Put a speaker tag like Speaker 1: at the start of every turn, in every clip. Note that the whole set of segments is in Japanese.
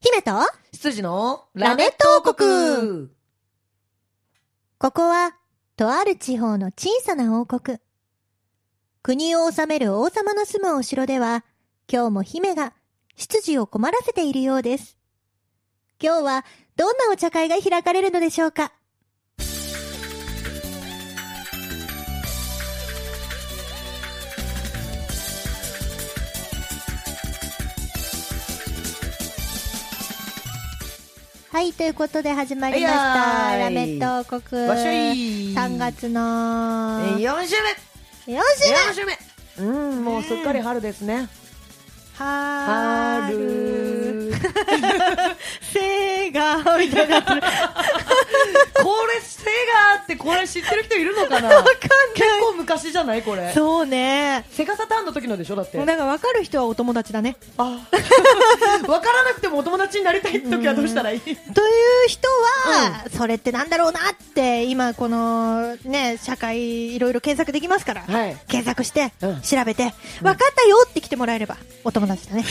Speaker 1: 姫と、
Speaker 2: 羊の
Speaker 1: ラメット王国ここは、とある地方の小さな王国。国を治める王様の住むお城では、今日も姫が、執事を困らせているようです。今日は、どんなお茶会が開かれるのでしょうかはい、ということで始まりました。
Speaker 2: はい
Speaker 1: ラメット王国。
Speaker 2: わっしょい
Speaker 1: 3月
Speaker 2: え
Speaker 1: の4
Speaker 2: 4
Speaker 1: 週
Speaker 2: 週
Speaker 1: 目
Speaker 2: 目4週目うんもうすっかり春ですね
Speaker 1: はーる
Speaker 2: 春
Speaker 1: せーがーみたいなわかんない
Speaker 2: これセガーってこれ知ってる人いるのかな結構昔じゃないこれ
Speaker 1: そうね
Speaker 2: セガサターンの時のでしょだって
Speaker 1: なんかわかる人はお友達だね
Speaker 2: あわからなくてもお友達になりたい時はどうしたらいい
Speaker 1: という人は、それってなんだろうなって今このね社会いろいろ検索できますから、
Speaker 2: はい
Speaker 1: 検索して、
Speaker 2: うん
Speaker 1: 調べて分かったよって来てもらえればお友達だね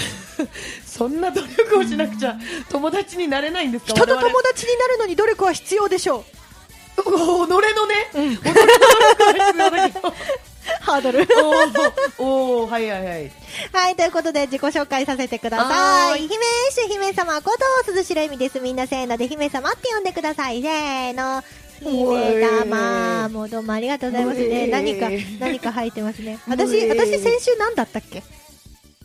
Speaker 2: そんな努力をしなくちゃ友達になれないんですか
Speaker 1: 人と
Speaker 2: 我々
Speaker 1: 友達になるのに努力は必要でしょう
Speaker 2: 己のね、己の努力が必要だけど
Speaker 1: ハードル
Speaker 2: おーおーはいはいはい
Speaker 1: はい、ということで自己紹介させてくだ
Speaker 2: は
Speaker 1: さ
Speaker 2: ー
Speaker 1: い。
Speaker 2: い
Speaker 1: 姫主姫様こと鈴代意味です。みんなせーので姫様って呼んでください。せーの。姫様。もうどうもありがとうございます
Speaker 2: う
Speaker 1: ね。
Speaker 2: えー
Speaker 1: 何か、何か入って ますね。私、
Speaker 2: うえー
Speaker 1: 私先週何だったっけ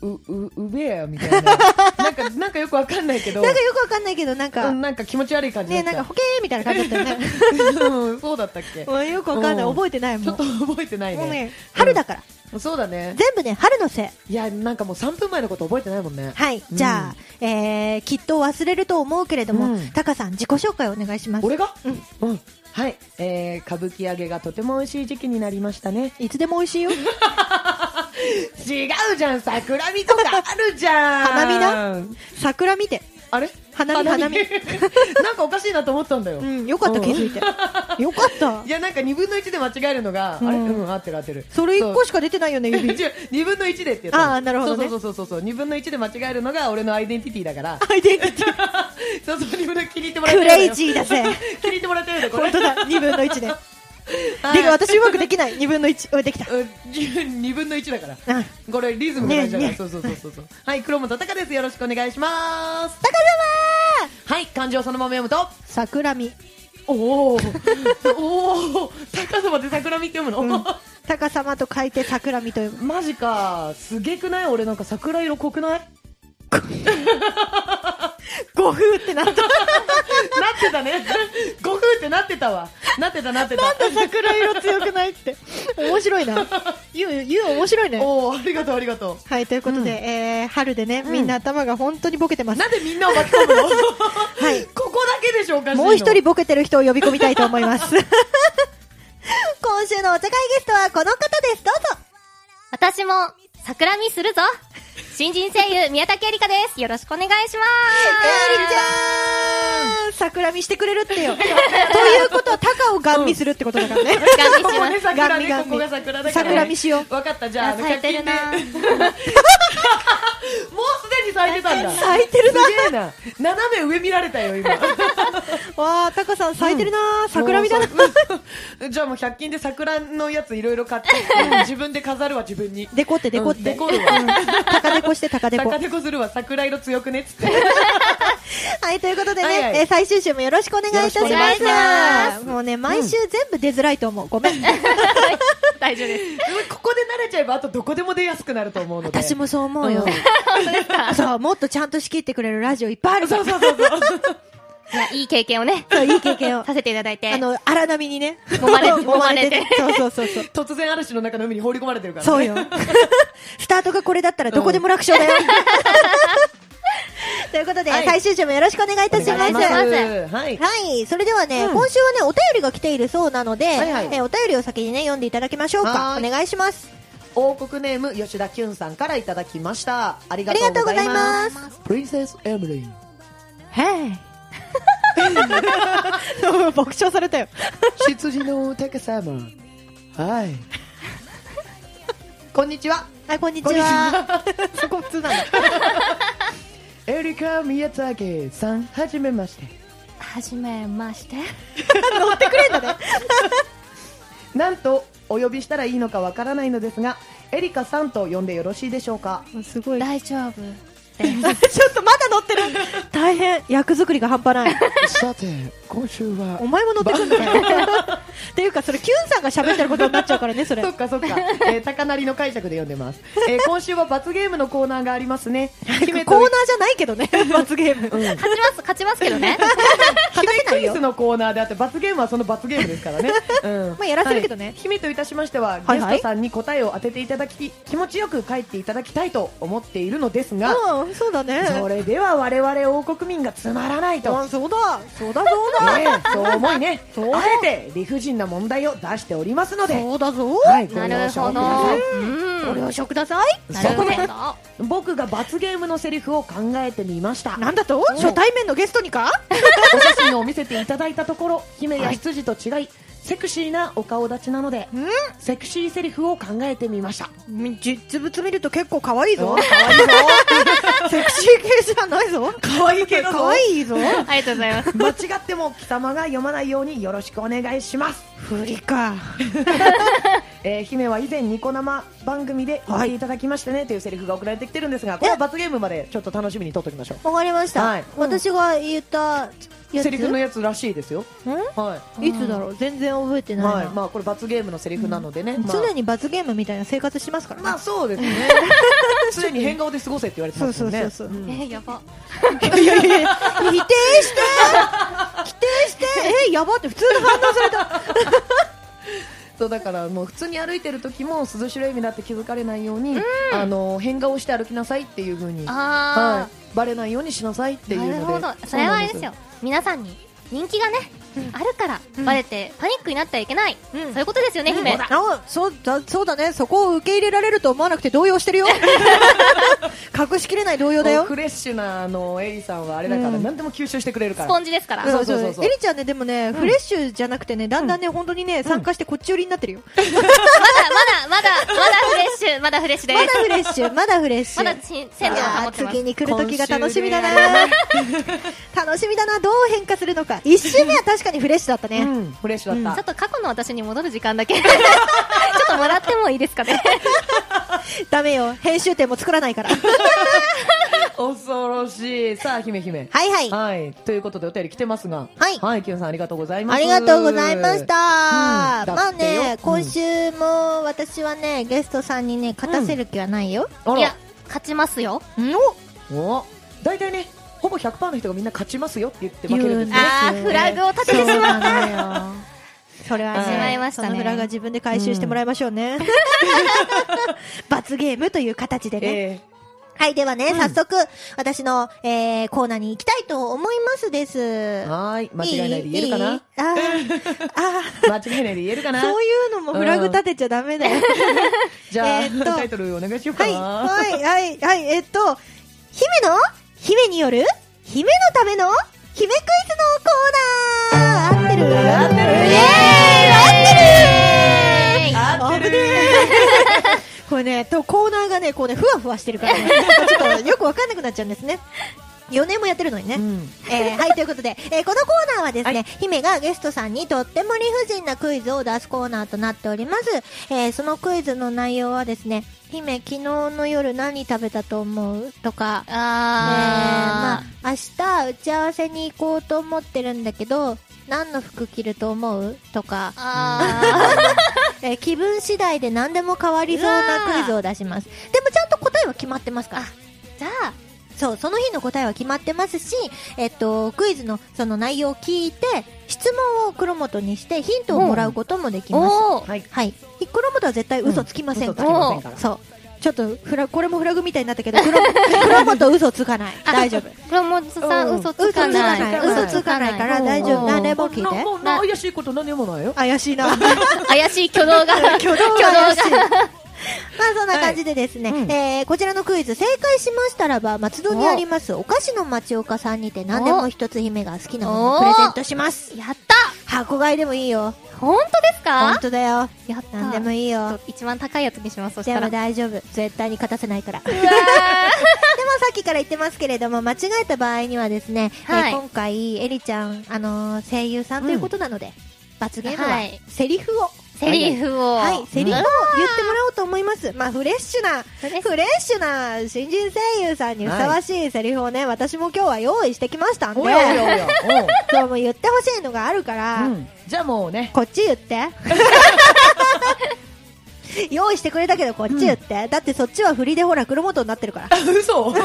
Speaker 2: う、う、うべえやみたい な。なんか、なんかよくわかんないけど。
Speaker 1: なんかよくわかんないけど、なん
Speaker 2: う
Speaker 1: か、
Speaker 2: んなんか気持ち悪い感じ
Speaker 1: ね、
Speaker 2: にな
Speaker 1: な
Speaker 2: っ
Speaker 1: ん
Speaker 2: ちゃ
Speaker 1: か
Speaker 2: う
Speaker 1: 保険みたいな感じだった よ
Speaker 2: う
Speaker 1: ね。
Speaker 2: んそうだったっけ
Speaker 1: もうよくわかんない。
Speaker 2: うん
Speaker 1: 覚えてない
Speaker 2: ち
Speaker 1: も
Speaker 2: ょっ
Speaker 1: ん。
Speaker 2: と覚えてない
Speaker 1: もうね
Speaker 2: ね。、
Speaker 1: 春だから。
Speaker 2: そうだね。
Speaker 1: 全部ね、春のせい。
Speaker 2: いや、なんかもう3分前のこと覚えてないもんね。
Speaker 1: はい、じゃあ、えー、きっと忘れると思うけれども
Speaker 2: うん、
Speaker 1: タカさん自己紹介お願いします。
Speaker 2: 俺が
Speaker 1: うん
Speaker 2: うん。はい。えー、歌舞伎揚げがとても美味しい時期になりましたね。
Speaker 1: いつでも美味しいよ。
Speaker 2: 違うじゃん桜見とかあるじゃん
Speaker 1: 花見な桜見て。
Speaker 2: あれ
Speaker 1: 花見花見
Speaker 2: なんかおかしいなと思ったんだよ。
Speaker 1: うん、よかった、
Speaker 2: うん
Speaker 1: 気づいて。よかった
Speaker 2: い。や、なんか2分の1で間違えるのが、あれ
Speaker 1: うん
Speaker 2: うん、合ってる合ってる。
Speaker 1: それ1
Speaker 2: そう
Speaker 1: 個しか出てないよね、 指。
Speaker 2: 2分の1でって言ったの
Speaker 1: あーなるほどね
Speaker 2: そうそうそうそうそう2分の1で間違えるのが俺のアイデンティティだから
Speaker 1: アイデンティティ。
Speaker 2: そうそう2分の1気に入ってもらえた
Speaker 1: ク
Speaker 2: ようだ
Speaker 1: レイ
Speaker 2: よ
Speaker 1: ジーだぜ。
Speaker 2: 気に入ってもらったようだこれ
Speaker 1: 本当だ、2分の1で。
Speaker 2: はい
Speaker 1: でも私うまくできない、2分の1。おい、できた。
Speaker 2: うん2分の1だから
Speaker 1: うん
Speaker 2: これリズムが大事だから、
Speaker 1: ねね
Speaker 2: そうそうそうそうそうはい黒本隆ですよろしくお願いします
Speaker 1: 高様
Speaker 2: はい漢字をそのまま読むと
Speaker 1: 桜見。
Speaker 2: おおおお高さまで桜見って読むの、
Speaker 1: 高様と書いて桜見と呼ぶ。
Speaker 2: マジかすげくない俺なんか桜色濃くない な
Speaker 1: 五風ってなった。
Speaker 2: ってたね五風ってなってたわなってたなってた
Speaker 1: 桜色強くないって。面白いな。ゆう、ゆう面白いね。
Speaker 2: おおありがとうありがと
Speaker 1: はい、ということで、えー春でね、
Speaker 2: うん
Speaker 1: みんな頭が本当にボケてま
Speaker 2: う
Speaker 1: す。
Speaker 2: なんでみんなを巻き込 むのこ
Speaker 1: はい。
Speaker 2: こだけでしょうかしいの
Speaker 1: もう一人ボケてる人を呼び込みたいと思 います。今週のお茶会ゲストはこの方です。どうぞ。
Speaker 3: 私も桜見するぞ新人声優宮崎えりかですよろしくお願いしま
Speaker 1: エ
Speaker 3: す
Speaker 1: リちゃん桜見してくれる ってよ。ということは、タカをガン見するってことだからね。
Speaker 3: ち
Speaker 2: ここね桜ね
Speaker 1: ガンミガンミ
Speaker 2: ここが桜だから
Speaker 1: 桜見しよ
Speaker 2: うわかったじゃああの
Speaker 3: 咲いてるな
Speaker 2: 100均でもうすでに咲いてたんだ
Speaker 1: 咲いてるな
Speaker 2: すげえな斜め上見られたよ今
Speaker 1: わー、タカさん咲いてるなー、桜見だな。
Speaker 2: もうさじゃあもう100均で桜のやついろいろ 買って自分で飾るわ自分に
Speaker 1: デコってデコっ
Speaker 2: うん
Speaker 1: て。
Speaker 2: デコ
Speaker 1: う
Speaker 2: る
Speaker 1: ん
Speaker 2: わ
Speaker 1: タカデコしてタカデコ。
Speaker 2: 高
Speaker 1: は
Speaker 2: でこするわ桜色強くねっつって
Speaker 1: い、ということで
Speaker 2: はいは
Speaker 1: ね
Speaker 2: い、
Speaker 1: えー最終週もよろしくお願いいたし
Speaker 2: よろしくお
Speaker 1: ま。
Speaker 3: 願いします
Speaker 1: もうね、毎週全部出づらいと思う。ごめん。
Speaker 3: 大丈夫です
Speaker 2: ここで慣れちゃえばあとどこでも出やすくなると思うので
Speaker 1: 私もそう思うよ
Speaker 2: うん。
Speaker 1: そう、もっとちゃんと仕切ってくれるラジオいっぱいあるから。そう
Speaker 3: いやいい経験をね
Speaker 1: そう、いい経 験を。
Speaker 3: させていただいて
Speaker 1: あの、荒波にね、
Speaker 3: 揉まれて
Speaker 1: 揉まれて。そうそうそうそう。
Speaker 2: 突然嵐の中の海に放り込まれてるからね
Speaker 1: そうよ。 スタートがこれだったらどこでも楽勝だよ。 ということで、
Speaker 2: はい
Speaker 1: 最終週もよろしくお願いいたし
Speaker 2: お願
Speaker 1: ま
Speaker 2: い
Speaker 1: す。
Speaker 2: し
Speaker 3: ま
Speaker 1: は
Speaker 3: す
Speaker 2: はい
Speaker 1: い。それではね、
Speaker 2: うん
Speaker 1: 今週はね、お便りが来ているそうなので、
Speaker 2: いはい
Speaker 1: えーお便りを先にね、読んでいただきましょうか。
Speaker 2: は
Speaker 1: お
Speaker 2: ーい
Speaker 1: 願いします。
Speaker 2: 王国ネーム吉田きゅんさんからいただきましたありがとうござい
Speaker 1: あ
Speaker 2: ます
Speaker 1: りがとうございま
Speaker 2: プリンセスエムリン
Speaker 1: へい。 爆笑されたよ。
Speaker 2: 羊の高様はいこんにちは。
Speaker 1: あ、こんにち
Speaker 2: こんにち
Speaker 1: は。
Speaker 2: は。そこ普通なんだ。エリカ宮崎さん、はじめまして。
Speaker 3: はじめまして。
Speaker 2: なんとお呼びしたらいいのかわからないのですが、エリカさんと呼んでよろしいでしょうか。
Speaker 1: すごい。
Speaker 3: 大丈夫。
Speaker 1: ちょっとまだ乗ってる。 大変。役作りが半端ない。
Speaker 2: さて、今週は
Speaker 1: お前も乗ってくんだ から。っていうか、それ、キュンさんが喋ってることになっちゃうからね、そ れ
Speaker 2: そ。っかそっか、えー、高鳴りの解釈で読んでます、えー、今週は罰ゲームのコーナーがありますね姫
Speaker 1: コー
Speaker 2: と
Speaker 1: ナーじゃないけど ね、罰ゲーム。
Speaker 2: うん
Speaker 3: 勝ちます、勝ちますけどね。
Speaker 1: 勝たせな
Speaker 2: ク
Speaker 1: い
Speaker 2: イ
Speaker 1: よ
Speaker 2: ズ。のコーナーであって罰ゲームはその罰ゲームです からね、うん
Speaker 1: まあやらせるけどね
Speaker 2: はい姫といたしましては、
Speaker 1: はいはい
Speaker 2: ゲストさんに答えを当てていただき気持ちよく帰っていただきたいと思っているのですが、
Speaker 1: うん、そうだ ね。
Speaker 2: それでは我々王国民がつまらないと、
Speaker 1: あそうだ、そうだ、そうだ。
Speaker 2: ねえ、そう思いね
Speaker 1: そう
Speaker 2: あえて理不尽な問題を出しておりますので
Speaker 1: そうだぞ。
Speaker 2: はい
Speaker 3: なるほど。
Speaker 1: ご
Speaker 3: うん。
Speaker 1: 了承ください。
Speaker 3: なるほど。
Speaker 2: 僕が罰ゲームのセリフを考えてみました
Speaker 1: なんだと
Speaker 2: ん
Speaker 1: 初対面のゲストにか
Speaker 2: お写真を見せていただいたところ姫や羊と違いセクシーなお顔立ちなので
Speaker 1: ん
Speaker 2: セクシーセリフを考えてみました
Speaker 1: み実物見ると結構可愛いぞ
Speaker 2: お。可愛いぞ
Speaker 1: セクシー系じゃないぞ。
Speaker 2: 可愛いけど
Speaker 1: 可愛いぞ。
Speaker 3: ありがとうございます。
Speaker 2: 間違っても貴様が読まないようによろしくお願いします、
Speaker 1: 不利か。
Speaker 2: えー姫は以前ニコ生番組で言っていただきましてね、というセリフが送られてきてるんですがこれは罰ゲームまでちょっと楽しみにとっときましょう
Speaker 1: わかりました。
Speaker 2: はい
Speaker 1: 私が言ったやつ。
Speaker 2: セリフのやつらしいですよはい
Speaker 1: んいつだろう全然覚えてないな。
Speaker 2: はい、まあこれ罰ゲームのセリフなのでね、まあ
Speaker 1: 常に罰ゲームみたいな生活しますからね
Speaker 2: まあそう ですね常に変顔で過ごせって言われて
Speaker 1: そ
Speaker 2: ま
Speaker 1: う
Speaker 2: す
Speaker 1: そ
Speaker 2: も
Speaker 1: うん
Speaker 2: ね
Speaker 1: そうそう。
Speaker 3: えー、やば。
Speaker 1: いやいやいや、否定して否定してえ、やばって普通の反応された。
Speaker 2: そうだからもう普通に歩いてる時も涼しい意味だって気づかれないように、あの変顔して歩きなさいっていう風には
Speaker 3: あ
Speaker 2: い、バレないようにしなさいって
Speaker 3: ー。
Speaker 2: いうので
Speaker 3: なるほど。それはあれですよ。皆さんに人気がね、あるから、バレてパニックになってはいけない。そう
Speaker 1: うん
Speaker 3: いうことですよね、姫。
Speaker 1: あそうだそうだね、そこを受け入れられると思わなくて動揺して るよ、隠しきれない動揺だ
Speaker 2: こう
Speaker 1: よ
Speaker 2: フ、レッシュなあのエリさんはあれだから、
Speaker 1: うん
Speaker 2: 何でも吸収してくれるか
Speaker 3: ス
Speaker 2: ら
Speaker 3: ポンジですから。
Speaker 2: そうそうそうそうん
Speaker 1: エリちゃんね、でもね、フレッシュじゃなくてね、だんだんね、本当にね、参加してこっち寄りになってるよ、
Speaker 3: まだまだまだまだフレッシュまだフレッシュで
Speaker 1: まだ
Speaker 3: す。
Speaker 1: フレッシュ、まだフレッシュ、
Speaker 3: まだ鮮度は
Speaker 1: あ
Speaker 3: 保って
Speaker 1: ー
Speaker 3: ます
Speaker 1: 次。に来る時が楽しみだな、 楽しみだな、どう変化するのか、1周目は確かにフレッシュだったね、
Speaker 2: うん、フレッシュだっ
Speaker 3: ちょ
Speaker 2: た
Speaker 3: っ、と過去の私に戻る時間だけちょっともらってもいいですかね
Speaker 1: ダメよ、編集点も作らないから、
Speaker 2: 恐ろしいさあ姫姫
Speaker 1: はいはい、
Speaker 2: はい、ということでお便り来てますが、
Speaker 1: はい
Speaker 2: はい、キヨさんありがとうございます。
Speaker 1: ありがとうございました。ま
Speaker 2: うん
Speaker 1: あ
Speaker 2: だ
Speaker 1: ね
Speaker 2: ってよ、
Speaker 1: 今週も私はね、ゲストさんにね、勝たせる気はないよ。
Speaker 2: あら
Speaker 3: いや勝ちますよ
Speaker 2: お、大体ね、ほぼ100%の人がみんな勝ちますよって言って負けるんですね。
Speaker 3: あーフラグを立ててし
Speaker 1: ま
Speaker 3: ま
Speaker 1: ったよ。それはね、
Speaker 2: しま
Speaker 3: いましたね
Speaker 1: そのフラグは自分で回収してもらいましょうね。 罰ゲームという形でね。
Speaker 2: え
Speaker 1: はい、ではね、早速、私の、えーコーナーに行きたいと思いますです。
Speaker 2: えはーい、間違いないで言えるか
Speaker 1: いい
Speaker 2: な。
Speaker 1: あ ーあ
Speaker 2: 間違いないで言えるか
Speaker 1: ー、
Speaker 2: な。
Speaker 1: そういうのもフラグ立てちゃダメだ よ。
Speaker 2: じゃあ、
Speaker 1: えーっと
Speaker 2: タイトルお願いしようか
Speaker 1: はい、
Speaker 2: な。
Speaker 1: はい、はい、はい、えっと、姫の姫による姫のための姫クイズのコーナー合ってる
Speaker 2: 合ってる
Speaker 1: イエーイ合ってる危ねえこれね、とコーナーがね、こうね、ふわふわしてるからね、 ちょっとよくわかんなくなっちゃうんですね。4年もやってるのにね。
Speaker 2: うん
Speaker 1: え ーはい、ということで、えーこのコーナーはですね、姫がゲストさんにとっても理不尽なクイズを出すコーナーとなっております。えーそのクイズの内容はですね、姫、昨日の夜何食べたと思うとか、
Speaker 3: あー、
Speaker 1: えーま
Speaker 3: ま
Speaker 1: あ、明日打ち合わせに行こうと思ってるんだけど、何の服着ると思うと か、
Speaker 3: あ
Speaker 1: えー気分次第で何でも変わりそうなクイズを出します。でもちゃんと答えは決まってますから。
Speaker 3: ーじゃあ
Speaker 1: そう、その日の答えは決まってますし、えっと、クイズのその内容を聞いて、質問を黒本にしてヒントをもらうこともできます。
Speaker 3: おー
Speaker 2: はい。
Speaker 1: はい。黒本は絶対嘘つきませんか
Speaker 2: うん
Speaker 1: ら。
Speaker 2: 嘘つきませんから
Speaker 1: そう。ちょっとフラ、これもフラグみたいになったけど、 黒黒本嘘つかない。
Speaker 3: あ
Speaker 1: 大丈夫。
Speaker 3: 黒本さん
Speaker 2: うん
Speaker 3: 嘘
Speaker 1: 嘘
Speaker 3: つ
Speaker 1: つか
Speaker 3: か
Speaker 1: な
Speaker 3: ない
Speaker 1: い。嘘つかないから大丈
Speaker 3: う
Speaker 1: 夫。
Speaker 3: ん
Speaker 1: 何でも聞い
Speaker 2: な
Speaker 1: て。
Speaker 2: もうな怪しいこと何もないよ。
Speaker 1: 怪しいな。
Speaker 3: 怪しい 挙動が
Speaker 1: 挙動が怪しい。まあそんな感じでですね、
Speaker 2: はいうん
Speaker 1: えーこちらのクイズ正解しましたらば、松戸にありますお菓子の町岡さんにて何でも一つ姫が好きなものをプレゼントします。
Speaker 3: やった
Speaker 1: 箱買いでもいいよ。
Speaker 3: 本当です
Speaker 1: 本
Speaker 3: か
Speaker 1: 当だよ。
Speaker 3: やった
Speaker 1: なんでもいい
Speaker 3: ちょ
Speaker 1: よ
Speaker 3: っ。と一番高いやつにします、そし
Speaker 1: で
Speaker 3: た
Speaker 1: も
Speaker 3: ら。
Speaker 1: 大丈夫。絶対に勝たせない から。
Speaker 3: うわ
Speaker 1: でもさっきから言ってますけれども、間違えた場合にはですね、
Speaker 3: はい
Speaker 1: えー今回、エリちゃん、あのー声優さんということなので、罰ゲームは、
Speaker 3: はい
Speaker 1: セリフを、
Speaker 3: ーセリフを。
Speaker 1: はい、セリフを言ってもらおうと思います。まあ、フレッシュな、
Speaker 3: フレッシュ
Speaker 1: フレッシュな新人声優さんにふさわしいセリフをね、私も今日は用意してきましたんで、
Speaker 2: おやおやおや
Speaker 1: 今日も言ってほしいのがあるから、
Speaker 2: おう、うん、じゃあもうね
Speaker 1: こっち 言って。用意してくれたけどこっち言って、だってそっちは振りでほら黒本になってるから
Speaker 2: あ嘘
Speaker 1: とい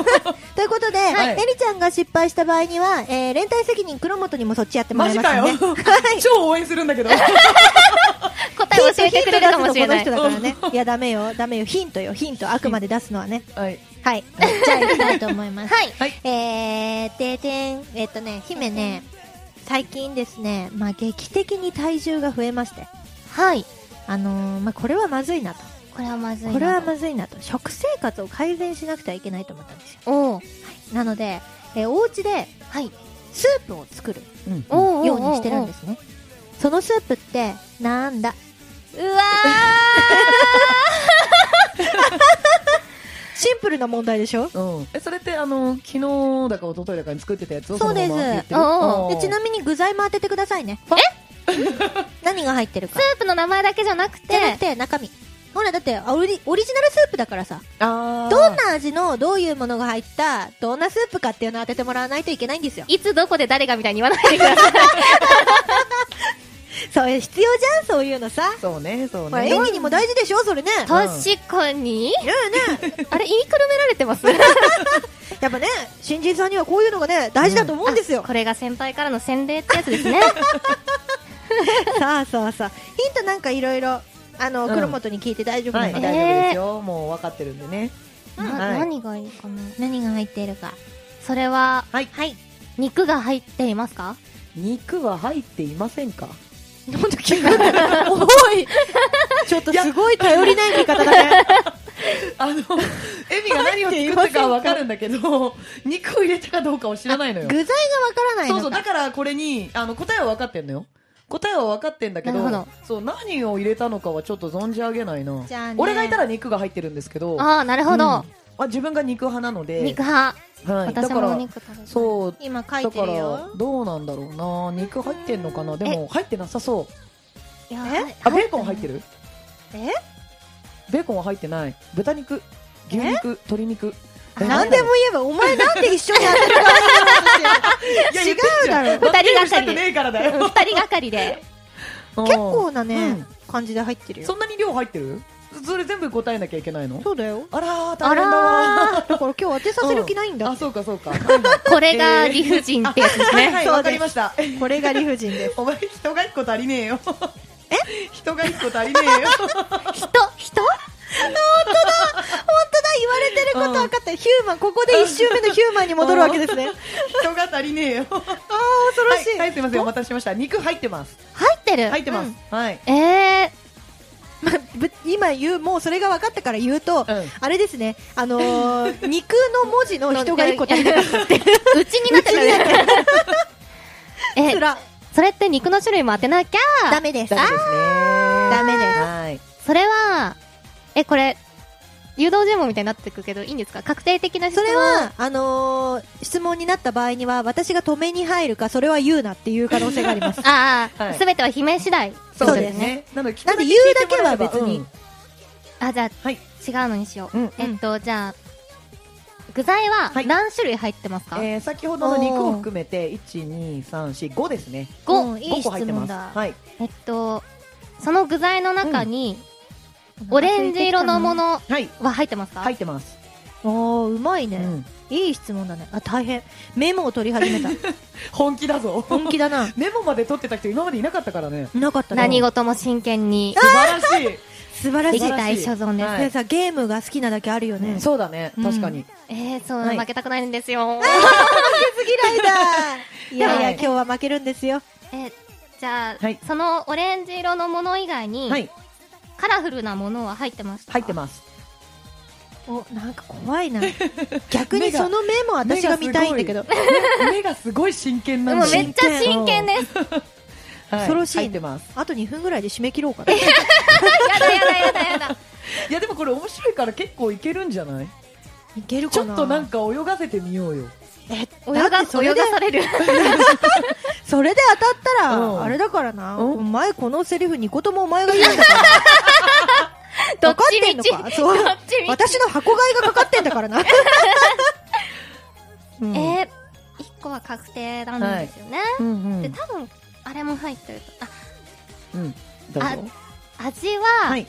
Speaker 1: うことで、
Speaker 2: はい
Speaker 1: エリちゃんが失敗した場合には、えー連帯責任黒本にもそっちやっても
Speaker 2: マ
Speaker 1: らい
Speaker 2: ジ
Speaker 1: ま
Speaker 2: か
Speaker 1: す
Speaker 2: よ、
Speaker 1: ので、はい、
Speaker 2: 超応援するんだけど
Speaker 3: 答え教えてくれるかもしれな
Speaker 1: ヒ
Speaker 3: い
Speaker 1: ン。ト出すのこの人だからね。いや、ダメよ。ダメよ。ヒントよ。ヒント。あくまで出すのはね。
Speaker 2: はい
Speaker 1: はい。じゃあ、行きたいと思います。
Speaker 3: はい。
Speaker 2: はい
Speaker 1: えー、ででん、えっとね、姫ね、最近ですね、まあ、劇的に体重が増えまして、
Speaker 3: はい。
Speaker 1: あのー、まあ、これはまずいなと。
Speaker 3: これはまずいな。
Speaker 1: これはまずいなと。食生活を改善しなくてはいけないと思ったんですよ。
Speaker 3: おう
Speaker 1: なので、えーお家で、
Speaker 3: はい。
Speaker 1: スープを作る
Speaker 2: うん
Speaker 3: おうおうおうおう
Speaker 1: ようにしてるんですね。そのスープって、なんだ
Speaker 3: うわ
Speaker 1: シンプルな問題でしょ
Speaker 2: うん、えそれってあの昨日だか一昨日だかに作ってたやつを
Speaker 1: そうです
Speaker 2: のままやってる
Speaker 3: おうお
Speaker 1: でちな
Speaker 2: み
Speaker 1: みに具材も当ててくださいねえ 何が入ってる
Speaker 3: ー
Speaker 1: か
Speaker 3: スープの名前だけじゃなく
Speaker 1: じゃなく
Speaker 3: て、
Speaker 1: て中身ほらだってオリオリジナルスープだからさ
Speaker 2: あー
Speaker 1: どんな味のどういうものが入ったどんなスープかっていうのを当ててもらわないといけないんですよ
Speaker 3: いつどこで誰がみたいに言わないでください。
Speaker 1: そういう必要じゃんそういうのさ
Speaker 2: そうねそう
Speaker 1: ほら
Speaker 2: ね
Speaker 1: 演技にも大事でしょそれね
Speaker 3: 確かに。
Speaker 1: ねえねえ
Speaker 3: あれ、言いくるめられてます
Speaker 1: やっぱね新人さんにはこういうのがね大事だと思うんですよ、
Speaker 3: これが先輩からの洗礼ってやつですね。
Speaker 1: さ あさあさあヒントなんかいろいろあの、
Speaker 2: うん
Speaker 1: 黒本に聞いて大丈夫
Speaker 2: は、
Speaker 1: ないので、
Speaker 2: 大丈夫ですよもう分かってるんでねはい
Speaker 3: な何がいいかな。
Speaker 1: 何が入っているか
Speaker 3: それは、
Speaker 2: はい
Speaker 3: はい。肉が入っていますか
Speaker 2: 肉は入っていませんか
Speaker 1: なんで急においちょっとすごい頼りない見方だね。
Speaker 2: あのエミが何を作ったかは分かるんだけど肉を入れたかどうかを知らないのよ
Speaker 1: 具材がわからない
Speaker 2: そ
Speaker 1: の
Speaker 2: うそうだからこれにあの答えは分かってんのよ答えは分かってんだけど
Speaker 3: なるほど
Speaker 2: そう何を入れたのかはちょっと存じ上げないな
Speaker 1: じゃあね
Speaker 2: 俺がいたら肉が入ってるんですけど
Speaker 3: ああ、なるほど。
Speaker 2: あ自分が肉派なので
Speaker 3: 肉派。
Speaker 2: はい、だ
Speaker 3: 私
Speaker 2: か
Speaker 3: もお
Speaker 2: ら
Speaker 3: 肉食べたい
Speaker 2: そう
Speaker 1: 今書
Speaker 2: だ
Speaker 1: い
Speaker 2: か
Speaker 1: てる
Speaker 2: ら
Speaker 1: よ。
Speaker 2: どうなんだろうな肉入ってんのかなでも入ってなさそう
Speaker 3: いや
Speaker 1: え
Speaker 3: はい
Speaker 2: あベーコン入ってる
Speaker 1: え
Speaker 2: ベーコンは入ってない豚肉牛肉鶏肉え
Speaker 1: 何でも言えば、お前なんで一緒にやってるか
Speaker 2: いや
Speaker 1: 違うだろ
Speaker 2: 言ってんじゃんバッテ
Speaker 3: 二人がかりで
Speaker 2: ンしたくねえからだよ
Speaker 3: 二人がかりで。
Speaker 2: うん
Speaker 1: 結構なね、
Speaker 2: うん
Speaker 1: 感じで入ってる
Speaker 2: そ
Speaker 1: よ。
Speaker 2: んなに量入ってるそれ全部答えなきゃいけないの
Speaker 1: そうだよ。
Speaker 2: あらー
Speaker 3: あ
Speaker 2: 大変だわ
Speaker 1: だから今日当てさせる気ないん
Speaker 2: ー
Speaker 1: だ
Speaker 2: あ。そうかそうか
Speaker 3: これが理不尽ってやつです
Speaker 2: はい
Speaker 3: ね。
Speaker 2: はい
Speaker 1: そ
Speaker 2: わ
Speaker 1: うです
Speaker 2: かりました
Speaker 1: これが理不尽です。
Speaker 2: お前人が一個足りねえよえ人が一個足りねえよ
Speaker 3: 人、人
Speaker 1: 本当だ、言われてること分かった。ヒューマン、ここで一周目のヒューマンに戻るわけですね。
Speaker 2: 人が足りねえよ
Speaker 1: ああ、恐ろし。
Speaker 2: はい、はいい、すみません、お待たせしました。肉入ってます。
Speaker 3: 入ってる。
Speaker 2: 入ってます。はい。
Speaker 3: うん。え
Speaker 1: ぶ今言う、もうそれが分かったから言うと、
Speaker 2: うん
Speaker 1: あれですね、あのー肉の文字の人が一個足りなかったって。
Speaker 3: ー、うちになってる。え
Speaker 1: つ、ら
Speaker 3: それって肉の種類も当てなき
Speaker 1: ダ
Speaker 3: ゃ。
Speaker 1: メです。
Speaker 2: ダメですね。
Speaker 1: ダメです
Speaker 2: はい。
Speaker 3: それは、え、これ、誘導尋問みたいになってくけど、いいんですか確定的な質
Speaker 1: そ
Speaker 3: 問。
Speaker 1: れ、は、あのー質問になった場合には、私が止めに入るか、それは言うなっていう可能性があります。
Speaker 3: あ
Speaker 2: は
Speaker 3: あ、
Speaker 2: い
Speaker 3: すべては悲鳴次第。
Speaker 2: そうですね。なので、聞く
Speaker 1: なんで言うだけは別に
Speaker 2: うん
Speaker 3: あ、じゃあ、
Speaker 2: はい。
Speaker 3: 違うのにしよう。
Speaker 2: うん
Speaker 3: えっと、じゃあ、具材は
Speaker 2: はい
Speaker 3: 何種類入ってますか、
Speaker 2: えー、先ほどの肉を含めて、一二三四五ですね。
Speaker 3: ご
Speaker 1: うんい
Speaker 2: 五
Speaker 1: い
Speaker 2: 個入
Speaker 1: 質
Speaker 2: ってま
Speaker 1: 問
Speaker 2: す。
Speaker 1: だ。
Speaker 2: はい。
Speaker 3: えっと、その具材の中に、 オレンジ色のも。の
Speaker 2: はい。
Speaker 3: は入ってますか
Speaker 2: 入ってます。
Speaker 1: おー、うまいね、
Speaker 2: うん
Speaker 1: いい質問だね。あ、大変。メモを取り始めた。
Speaker 2: 本気だぞ。
Speaker 1: 本気だな。
Speaker 2: メモまで取ってた人、今までいなかったからね。
Speaker 1: なかったね
Speaker 3: 何事も真剣に
Speaker 2: 素晴らしい。
Speaker 1: 素晴らし
Speaker 3: 歴
Speaker 1: い。
Speaker 2: ら
Speaker 3: 代所存です。
Speaker 2: は
Speaker 1: で
Speaker 2: い
Speaker 1: さ、ゲームが好きなだけあるよね。
Speaker 2: そうだね。確かに。
Speaker 3: えー、そう、
Speaker 2: はい
Speaker 3: 負けたくないんですよ。
Speaker 1: 負けず嫌いだ いやいや、
Speaker 2: はい
Speaker 1: 今日は負けるんですよ。
Speaker 3: えじゃあ、
Speaker 2: はい
Speaker 3: そのオレンジ色のもの以外に、
Speaker 2: はい。
Speaker 3: カラフルなものは入ってましたか
Speaker 2: 入ってます。
Speaker 1: お、なんか怖いな。逆にそのメモ私が見たいんだけど。
Speaker 2: 目がすごい。目目がすごい真剣なん
Speaker 3: もう
Speaker 2: だ
Speaker 3: め
Speaker 2: よ
Speaker 3: っちゃ真剣です。
Speaker 1: 恐ろしい
Speaker 2: 入ってます
Speaker 1: あと2分ぐらいで締め切ろうかな。
Speaker 3: やだやだやだやだ。
Speaker 2: いやでもこれ面白いから結構いけるんじゃない
Speaker 1: いける
Speaker 2: ち
Speaker 1: か
Speaker 2: ょ
Speaker 1: な
Speaker 2: っとなんか泳がせてみようよ
Speaker 1: え、
Speaker 3: 泳
Speaker 1: だってそ
Speaker 3: が、
Speaker 1: れで
Speaker 3: 泳が、される。
Speaker 1: それで当たった
Speaker 2: う
Speaker 1: ら、
Speaker 2: ん
Speaker 1: あれだからな。
Speaker 2: うん
Speaker 1: お前このセリフ2個ともお前が言うんだから。
Speaker 3: どっ
Speaker 1: かっ
Speaker 3: ち
Speaker 1: てん
Speaker 3: み
Speaker 1: の
Speaker 3: ち。
Speaker 1: かそう
Speaker 3: どっちみち。
Speaker 1: 私の箱買いがかかってんだからな。うん
Speaker 3: えー、一個は確定なんですよね。
Speaker 2: うんう
Speaker 3: で、
Speaker 2: ん
Speaker 3: 多分、あれも入ってると。
Speaker 2: うんどう
Speaker 3: あ
Speaker 2: ぞ
Speaker 3: あ、味は、
Speaker 2: はい
Speaker 1: うん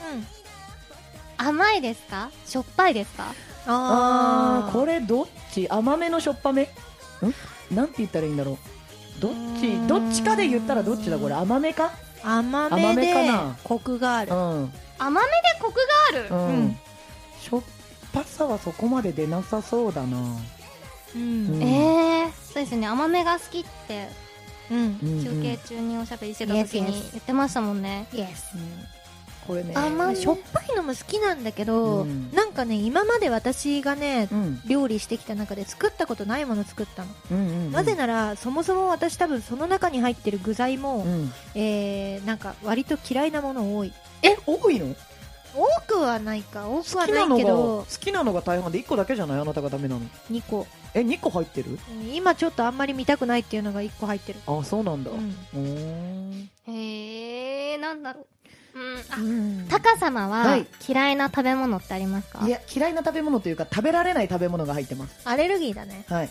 Speaker 3: 甘いですかしょっぱいですか
Speaker 2: あー
Speaker 1: ー
Speaker 2: これどっち甘めのしょっぱめんなんて言ったらいいんだろうどっ
Speaker 1: うーん
Speaker 2: ちどっちかで言ったらどっちだこれ甘めか
Speaker 1: 甘
Speaker 2: 甘
Speaker 1: め
Speaker 2: め
Speaker 1: で
Speaker 2: かな
Speaker 1: コクがある
Speaker 2: う。ん
Speaker 3: 甘めでコクがある。
Speaker 2: うん、
Speaker 1: うん
Speaker 2: しょっぱさはそこまで出なさそうだな
Speaker 1: うん
Speaker 2: ん
Speaker 3: えー、そうですね。甘めが好きって、
Speaker 1: うん
Speaker 2: う。んうん
Speaker 3: 休憩中におしゃべりしてた時に
Speaker 1: Yes, yes.
Speaker 3: 言ってましたもんね。
Speaker 1: イエス。
Speaker 2: これね
Speaker 1: 甘い、しょっぱいのも好きなんだけ
Speaker 2: う
Speaker 1: ど、
Speaker 2: ん
Speaker 1: なんかね、今まで私がね、
Speaker 2: うん
Speaker 1: 料理してきた中で作ったことないもの作ったの。
Speaker 2: うんうんうん
Speaker 1: なぜなら、そもそも私多分その中に入ってる具材も、
Speaker 2: うん
Speaker 1: えー、なんか割と嫌いなもの多い。
Speaker 2: え多いの
Speaker 1: 多くはないか、多く
Speaker 2: 好
Speaker 1: は
Speaker 2: き
Speaker 1: な
Speaker 2: ないの
Speaker 1: け
Speaker 2: が
Speaker 1: ど
Speaker 2: 好、きなのが大半で1個だけじゃないあなたがダメなの
Speaker 1: 2個。
Speaker 2: え2個入ってる
Speaker 1: うん今ちょっとあんまり見たくないっていうのが1個入ってる。
Speaker 2: あそうなんだ
Speaker 1: う。
Speaker 2: うんーん
Speaker 3: へえー、なんだろう。うん、あ、
Speaker 1: うん
Speaker 3: タカ様は
Speaker 2: はい
Speaker 3: 嫌いな食べ物ってありますか
Speaker 2: いや嫌いな食べ物というか食べられない食べ物が入ってます
Speaker 1: アレルギーだね。
Speaker 2: はい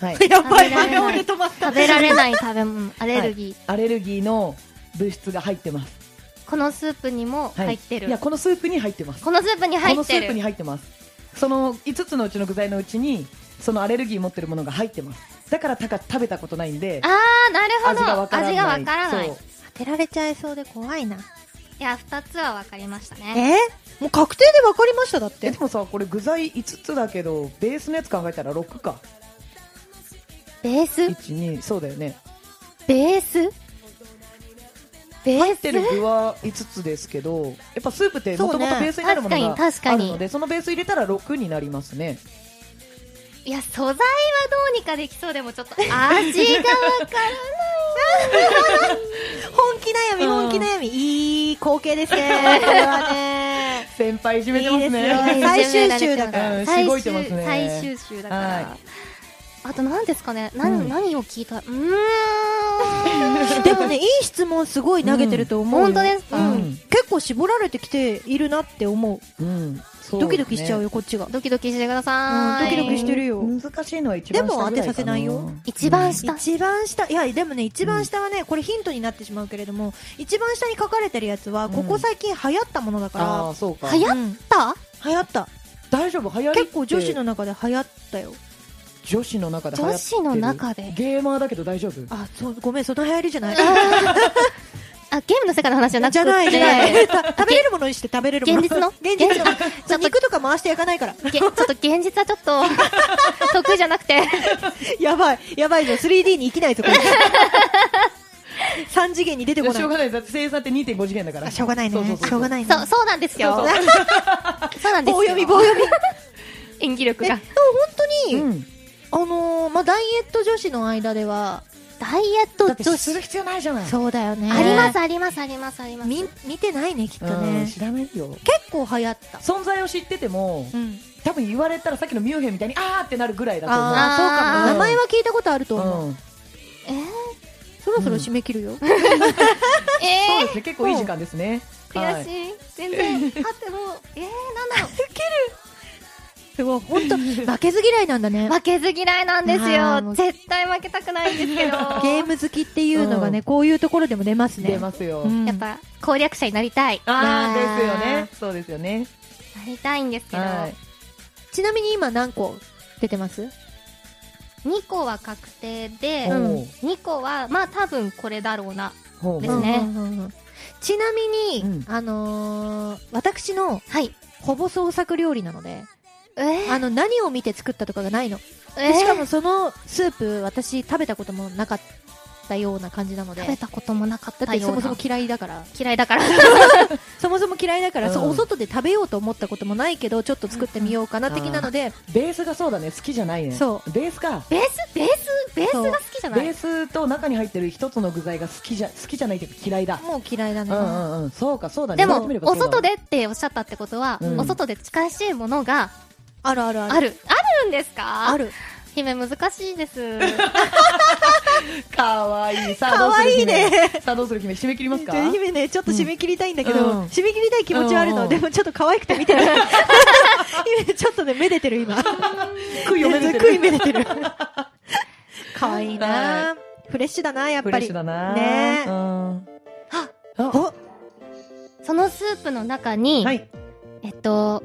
Speaker 2: はい
Speaker 1: や
Speaker 3: ばい真顔で
Speaker 1: 止まった
Speaker 3: 食べられない食 べ物、アレルギー。
Speaker 2: アレルギーの物質が入ってます
Speaker 3: このスープにも
Speaker 2: はい
Speaker 3: 入ってる。
Speaker 2: いやこのスープに入ってます
Speaker 3: このスープに入
Speaker 2: この
Speaker 3: っ
Speaker 2: ス
Speaker 3: て
Speaker 2: ープ
Speaker 3: る。
Speaker 2: に入ってますその5つのうちの具材のうちにそのアレルギー持ってるものが入ってますだからたか食べたことないんで
Speaker 3: あー、なるほど。
Speaker 2: 味がわからない
Speaker 3: 味がわからない。
Speaker 2: そう
Speaker 1: 当てられちゃいそうで怖いな。
Speaker 3: いや、二つはわかりましたね。
Speaker 1: えもう確定で分かりましただっ
Speaker 2: え
Speaker 1: て
Speaker 2: で。もさこれ具材5つだけどベースのやつ考えたら6か
Speaker 3: ベース
Speaker 2: 12そうだよね
Speaker 3: ベースベ
Speaker 2: 入っ
Speaker 3: ー
Speaker 2: てる
Speaker 3: ス
Speaker 2: 具は5つですけどやっぱスープってもともとベースになるものが
Speaker 3: 確か
Speaker 2: あ
Speaker 3: に
Speaker 2: るのでそのベース入れたら6になりますね
Speaker 3: いや、素材はどうにかできそうでも ちょっと味がわから
Speaker 1: 本気悩み、
Speaker 2: うん
Speaker 1: 本気悩み。いい光景です ね。これはね。
Speaker 2: 先輩いじ
Speaker 1: い
Speaker 2: めてま
Speaker 1: い
Speaker 2: す
Speaker 1: です
Speaker 2: ね
Speaker 1: よ。最終週だか
Speaker 2: う
Speaker 1: ら。
Speaker 2: ん
Speaker 3: 最
Speaker 2: しごいてます
Speaker 3: 終、
Speaker 2: ね
Speaker 3: 最終週だから。
Speaker 2: はい
Speaker 3: あと何ですかね何、
Speaker 2: うん
Speaker 3: 何を聞いたうーん。
Speaker 1: でもね、いい質問すごい投げてると思うよ。
Speaker 3: うん本当ですか
Speaker 1: うん結構絞られてきているなって思う。
Speaker 2: うんそうね
Speaker 1: ドキドキしちゃうよ、こっちが。
Speaker 3: ドキドキしてください。
Speaker 1: うんドキドキしてるよ
Speaker 2: 難しいのは一番下ぐらいかな
Speaker 1: でも当てさせないよ
Speaker 3: 一番下。
Speaker 1: 一番下、いや、でもね、一番下はね、これヒントになってしまうけれども、一番下に書かれてるやつは、
Speaker 2: うん
Speaker 1: ここ最近流行ったものだ
Speaker 2: あ
Speaker 1: か。
Speaker 2: あそうから
Speaker 3: 流行
Speaker 1: っ
Speaker 3: った
Speaker 1: た流行った。
Speaker 2: 大丈夫流行りって
Speaker 1: 結構女子の中で流行ったよ。
Speaker 2: 女子の中で流行って
Speaker 3: 女
Speaker 2: る
Speaker 3: 子の中で。
Speaker 2: ゲーマーだけど大丈夫
Speaker 1: あ、そう、ごめん、その流行りじゃない。
Speaker 3: あ、ゲームの世界の話じゃなくて。
Speaker 1: じゃないじゃない。た食べれるものにして食べれるもの。
Speaker 3: 現実の
Speaker 1: 現実の。
Speaker 3: ちょっと
Speaker 1: 肉とか回して焼かないから。
Speaker 3: げ ちょっと現実はちょっと 得意じゃなくて
Speaker 1: やばい、やばいぞ。3D に生きないぞ、これ。3次元に出てこな
Speaker 2: しょう
Speaker 1: い。
Speaker 2: がないだって生産って2.5次元だから
Speaker 1: あしょうがない
Speaker 2: そうそ
Speaker 1: ね。
Speaker 2: うそう
Speaker 1: しょうがないね。
Speaker 3: そうそうなんですよ
Speaker 2: そう
Speaker 3: そうなんですよ
Speaker 1: 棒読み、棒読み。
Speaker 3: 演技力
Speaker 1: えで
Speaker 3: が
Speaker 1: も本
Speaker 2: うん
Speaker 1: 当に、あのー、まあ、ダイエット女子の間では、
Speaker 3: ダイエット
Speaker 2: だって
Speaker 3: 女
Speaker 2: す
Speaker 3: 子
Speaker 2: る必要ないじゃない
Speaker 1: そうだよね。
Speaker 3: ありますありますありますあります
Speaker 1: み、見てないね、きっと
Speaker 2: うん
Speaker 1: ね。
Speaker 2: 知らないよ
Speaker 1: 結構流行った。
Speaker 2: 存在を知ってても
Speaker 1: うん。
Speaker 2: 多分言われたらさっきのミュウヘンみたいにあーってなるぐらいだと思う
Speaker 1: ああ、そうかも。
Speaker 2: あー
Speaker 1: 名前は聞いたことあると思う。
Speaker 2: うん
Speaker 3: えー
Speaker 1: そろそろ締め切るよ。
Speaker 2: そう
Speaker 3: え
Speaker 2: ですね結構いい時間ですね
Speaker 3: ー悔しい、全然あってもえー、なんだろ
Speaker 1: すごい、本 当負けず嫌いなんだね
Speaker 3: う。負けず嫌いなんです
Speaker 1: あーも
Speaker 3: よ
Speaker 1: う
Speaker 3: 絶対負けたくないんですけど
Speaker 1: ゲーム好きっていうのがね、
Speaker 2: うん
Speaker 1: こういうところでも出ますね。
Speaker 2: 出ますよ
Speaker 1: うん
Speaker 3: やっぱ攻略者になりたい
Speaker 2: あ
Speaker 1: あ
Speaker 2: ー
Speaker 1: ー
Speaker 2: ですよねそうですよね
Speaker 3: なりたいんですけど、
Speaker 2: はい
Speaker 1: ちなみに今何個出てます
Speaker 3: 2個は確定で、
Speaker 1: うん
Speaker 2: おー
Speaker 3: 2個はまあ多分これだろうな
Speaker 2: ほう
Speaker 3: ですね
Speaker 1: うんうんうんうんちなみに、
Speaker 2: うん
Speaker 1: あのー私の
Speaker 3: はい
Speaker 1: ほぼ創作料理なので、
Speaker 3: えー、
Speaker 1: あの、何を見て作ったとかがないの。
Speaker 3: え
Speaker 1: で
Speaker 3: ー
Speaker 1: しかもそのスープ、私食べたこともなかった。したような感じなので
Speaker 3: 食べたこともなかった
Speaker 1: だって
Speaker 3: よ
Speaker 1: そうもそ
Speaker 3: な
Speaker 1: も嫌いだから
Speaker 3: 嫌いだから。
Speaker 1: そもそも嫌いだから、
Speaker 2: うん
Speaker 1: そうお外で食べようと思ったこともないけどちょっと作ってみようかな的なので、
Speaker 2: ベースがそうだね好きじゃないね
Speaker 1: そう
Speaker 2: ベースか
Speaker 3: ベース、ベース、ベースが好きじゃな
Speaker 2: ベー
Speaker 3: い
Speaker 2: スと中に入ってる一つの具材が好きじゃ好きじゃないというか嫌いだ
Speaker 1: もう嫌いだね、
Speaker 2: うんうんうんそうかそうだね
Speaker 3: で
Speaker 2: 言われ
Speaker 3: も
Speaker 2: てみれ、ば
Speaker 3: お
Speaker 2: そうだ
Speaker 3: 外でっておっしゃったってことは、
Speaker 2: うん
Speaker 3: お外で近しいものが
Speaker 1: あるあるある
Speaker 3: ある。あるんですか
Speaker 1: ある
Speaker 3: 姫難しい です。
Speaker 2: かわいいさあ
Speaker 1: かわいいね
Speaker 2: どうする姫さあどうする姫締め切りますか
Speaker 1: ちょ姫ねちょっと締め切りたいんだけど、
Speaker 2: うんうん
Speaker 1: 締め切りたい気持ちはあるの、
Speaker 2: うん
Speaker 1: でもちょっと可愛くて見てない姫ちょっとねめでてる今
Speaker 2: 食い読める
Speaker 1: 悔いめでてる可愛いな、
Speaker 2: は
Speaker 1: フレッシュだなやっ
Speaker 2: フレ
Speaker 1: ぱ
Speaker 2: ッ
Speaker 1: り
Speaker 2: シュだな
Speaker 1: ねえ
Speaker 2: うん
Speaker 3: あ
Speaker 2: あ
Speaker 3: そのスープの中に、
Speaker 2: はい
Speaker 3: えっと、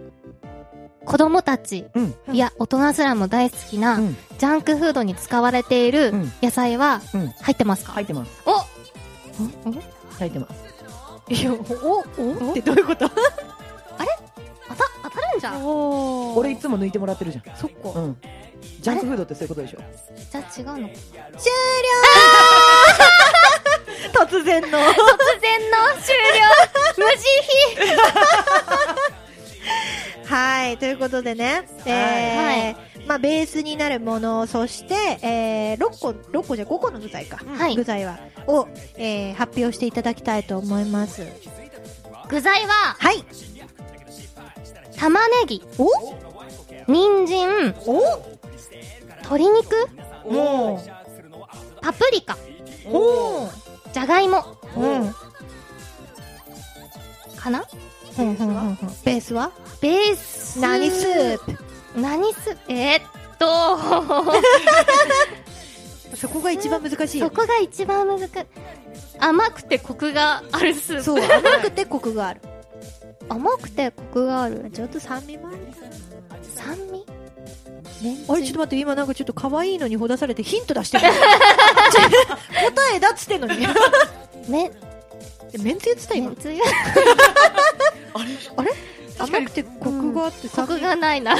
Speaker 3: 子供たち、
Speaker 2: うん
Speaker 3: いや、大人すらも大好きな、
Speaker 2: うん
Speaker 3: ジャンクフードに使われている
Speaker 2: うん
Speaker 3: 野菜は
Speaker 2: うん
Speaker 3: 入ってますか、
Speaker 2: 入ってます
Speaker 3: お
Speaker 2: 入ってます
Speaker 1: いやおおってどういうこと
Speaker 3: あた、当たるんじゃん
Speaker 1: お
Speaker 2: 俺いつも抜いてもらってるじゃん
Speaker 1: そっ
Speaker 2: う
Speaker 1: か
Speaker 2: んジャンクフードってそういうことでしょ
Speaker 3: じゃあ違うのか
Speaker 1: 突然の
Speaker 3: 突然の終了無慈悲
Speaker 1: はいということでね、えーまあ、ベースになるものそして、えー、6個6個じゃ5個の具材か、
Speaker 3: はい
Speaker 1: 具材はを、えー、発表していただきたいと思います
Speaker 3: 具材は、
Speaker 1: はい
Speaker 3: 玉ねぎ、
Speaker 1: お
Speaker 3: 人参、
Speaker 1: お
Speaker 3: 鶏肉、
Speaker 2: も
Speaker 3: パプリカ、
Speaker 2: うおお
Speaker 3: じゃがいも、
Speaker 1: うんうん
Speaker 3: かな
Speaker 1: うんうんうんベースは
Speaker 3: ベース。
Speaker 1: 何スープ
Speaker 3: 何スえーっと、
Speaker 1: そこが一番難しい
Speaker 3: そ
Speaker 1: よ
Speaker 3: こが一番難しい。甘くてコクがあるスープ。
Speaker 1: そう 甘くてコクがある
Speaker 3: 甘くてコクがある。
Speaker 1: ちょっと酸味もある
Speaker 3: 酸味
Speaker 1: あれちょっと待って今なんかちょっと可愛いのにほだされてヒント出 してる答えだっつってんの に
Speaker 3: め、
Speaker 1: めんつゆつった
Speaker 3: め
Speaker 1: 今
Speaker 3: んつゆ
Speaker 1: 甘くてコクがあって
Speaker 3: コ
Speaker 1: 酸
Speaker 3: ク
Speaker 1: 味
Speaker 3: がないな。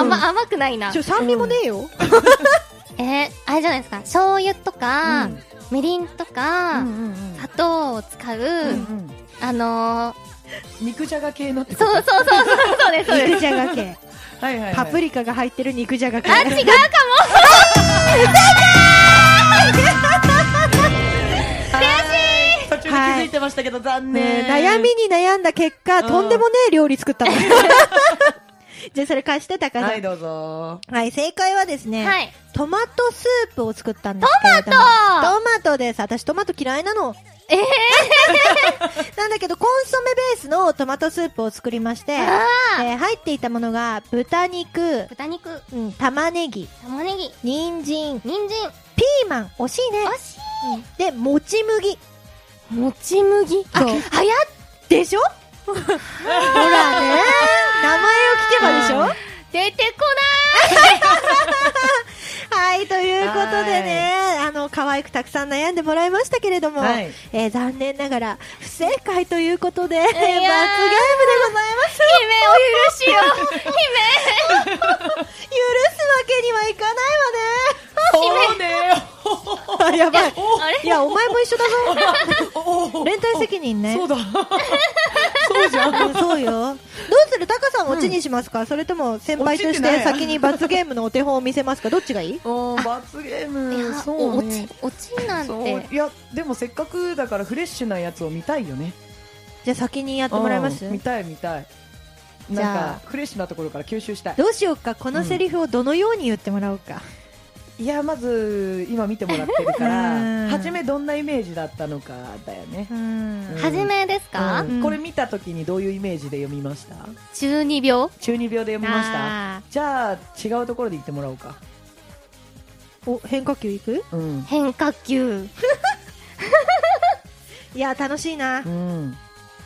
Speaker 3: 甘、甘くないな
Speaker 1: ち。ょ酸味もねえよ
Speaker 3: えー、あれじゃないですか。醤油とか、
Speaker 2: うん
Speaker 3: みりんとか、砂糖を使う、あの
Speaker 2: 肉じゃが系のって
Speaker 3: ー、そうそうそうそう、そうです、そうです。
Speaker 1: 肉じゃが系
Speaker 2: はいはい
Speaker 1: パプ
Speaker 2: リ
Speaker 1: リカが入ってる肉じゃが系
Speaker 3: あ、違うか
Speaker 2: カ途中で気づいてましたけど残
Speaker 1: ね
Speaker 2: 念
Speaker 1: え悩みに悩んだ結果
Speaker 2: うん
Speaker 1: とんでもねえ料理作ったのじゃあそれ貸して高
Speaker 2: は
Speaker 1: さ
Speaker 2: い
Speaker 1: ん
Speaker 2: どうぞ
Speaker 1: はい正解はです
Speaker 3: も
Speaker 1: ね
Speaker 3: はい。
Speaker 1: トマトスープを作ったんですけれども
Speaker 3: トマ
Speaker 1: トマトです私トマト嫌いなの
Speaker 3: えー
Speaker 1: なんだけどコンソメベースのトマトスープを作りまして、え
Speaker 3: あ
Speaker 1: ー入っていたものが豚肉
Speaker 3: ー、、豚肉、
Speaker 1: うん、玉ねぎ
Speaker 3: 玉ねぎ、
Speaker 1: 人参
Speaker 3: 人参、
Speaker 1: ピーマン惜しいね
Speaker 3: 惜し
Speaker 1: でもち麦
Speaker 3: い。もち麦。あ、
Speaker 1: そう
Speaker 3: 流行っ
Speaker 1: でしょほらね名前を聞けばでしょ
Speaker 3: 出てこ
Speaker 1: はい、ということでね、あの、可愛くたくさん悩んでもらいましたけれども、
Speaker 2: はい
Speaker 1: えー残念ながら、不正解ということで、罰ゲームでございます。
Speaker 3: ない姫、お許しよ
Speaker 1: 許すわけにはいかな
Speaker 2: そうね
Speaker 1: いわね。あ、やばい。
Speaker 3: あれ
Speaker 1: いや、お前も一緒だぞ。 連帯責任ね。
Speaker 2: そうだそうじゃん
Speaker 1: うんそうよ。どうするタカさんオチにしますか、それとも先輩と
Speaker 2: オチ
Speaker 1: し
Speaker 2: ってな
Speaker 1: て
Speaker 2: い
Speaker 1: 先に罰ゲームのお手本を見せますかどっちがいい
Speaker 2: おー罰ゲー
Speaker 3: いや
Speaker 2: ムそうね
Speaker 3: おおち、おちなん
Speaker 2: そう
Speaker 3: て。
Speaker 2: いやでもせっかくだからフレッシュなやつを見たいよね
Speaker 1: じゃあ先にやってもらいます
Speaker 2: うん見たい見たい
Speaker 1: じゃあ
Speaker 2: なんかフレッシュなところから吸収したい
Speaker 1: どうしようかこのセリフをどのように言ってもらおうか。
Speaker 2: いやまず今見てもらってるか
Speaker 1: うん
Speaker 2: ら初めどんなイメージだったのかだよね
Speaker 1: うん
Speaker 2: うん
Speaker 3: はじめですか、
Speaker 2: うんこれ見た時にどういうイメージで読みました
Speaker 3: 中二病
Speaker 2: 中二病で読みました
Speaker 1: あ
Speaker 2: じゃあ違うところで言ってもらおうか
Speaker 1: ーお変化球いく
Speaker 2: うん
Speaker 3: 変化球。
Speaker 1: いや楽しいな
Speaker 2: うん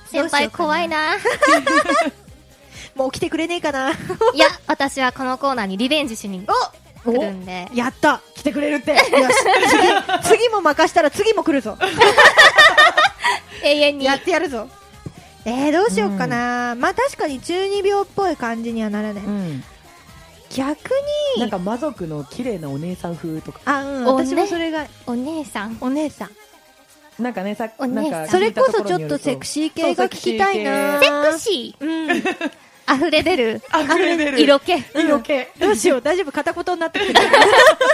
Speaker 3: 先輩怖い な。
Speaker 1: もう来てくれねえかな
Speaker 3: いや、私はこのコーナーにリベンジしに 来るんで。
Speaker 1: やった
Speaker 2: 来てくれる って
Speaker 1: よし次次も任したら次も来るぞ
Speaker 3: 永遠 に。
Speaker 1: やってやるぞえー、どうしようかな、まあ確かに中二病っぽい感じにはならない、
Speaker 2: うん
Speaker 1: 逆
Speaker 2: なんか魔族の綺麗なお姉さん風とか
Speaker 1: あうん
Speaker 3: おね
Speaker 1: 私もそれが
Speaker 3: お姉さん。
Speaker 1: お姉さん
Speaker 2: なんかねさっき
Speaker 3: お姉さん
Speaker 2: なんか
Speaker 1: そ
Speaker 2: 聞
Speaker 1: れ
Speaker 2: いた
Speaker 1: こ
Speaker 2: と
Speaker 1: そ
Speaker 2: ろ
Speaker 1: ちょ
Speaker 2: に
Speaker 1: っ
Speaker 2: よ
Speaker 1: と
Speaker 2: る
Speaker 1: セクシー系が聞きたいな
Speaker 3: セクシー。
Speaker 1: うん
Speaker 3: 溢れ出る。
Speaker 2: 溢れ出る
Speaker 3: 色気。
Speaker 2: 色気
Speaker 1: どうしよう大丈夫片言になってくる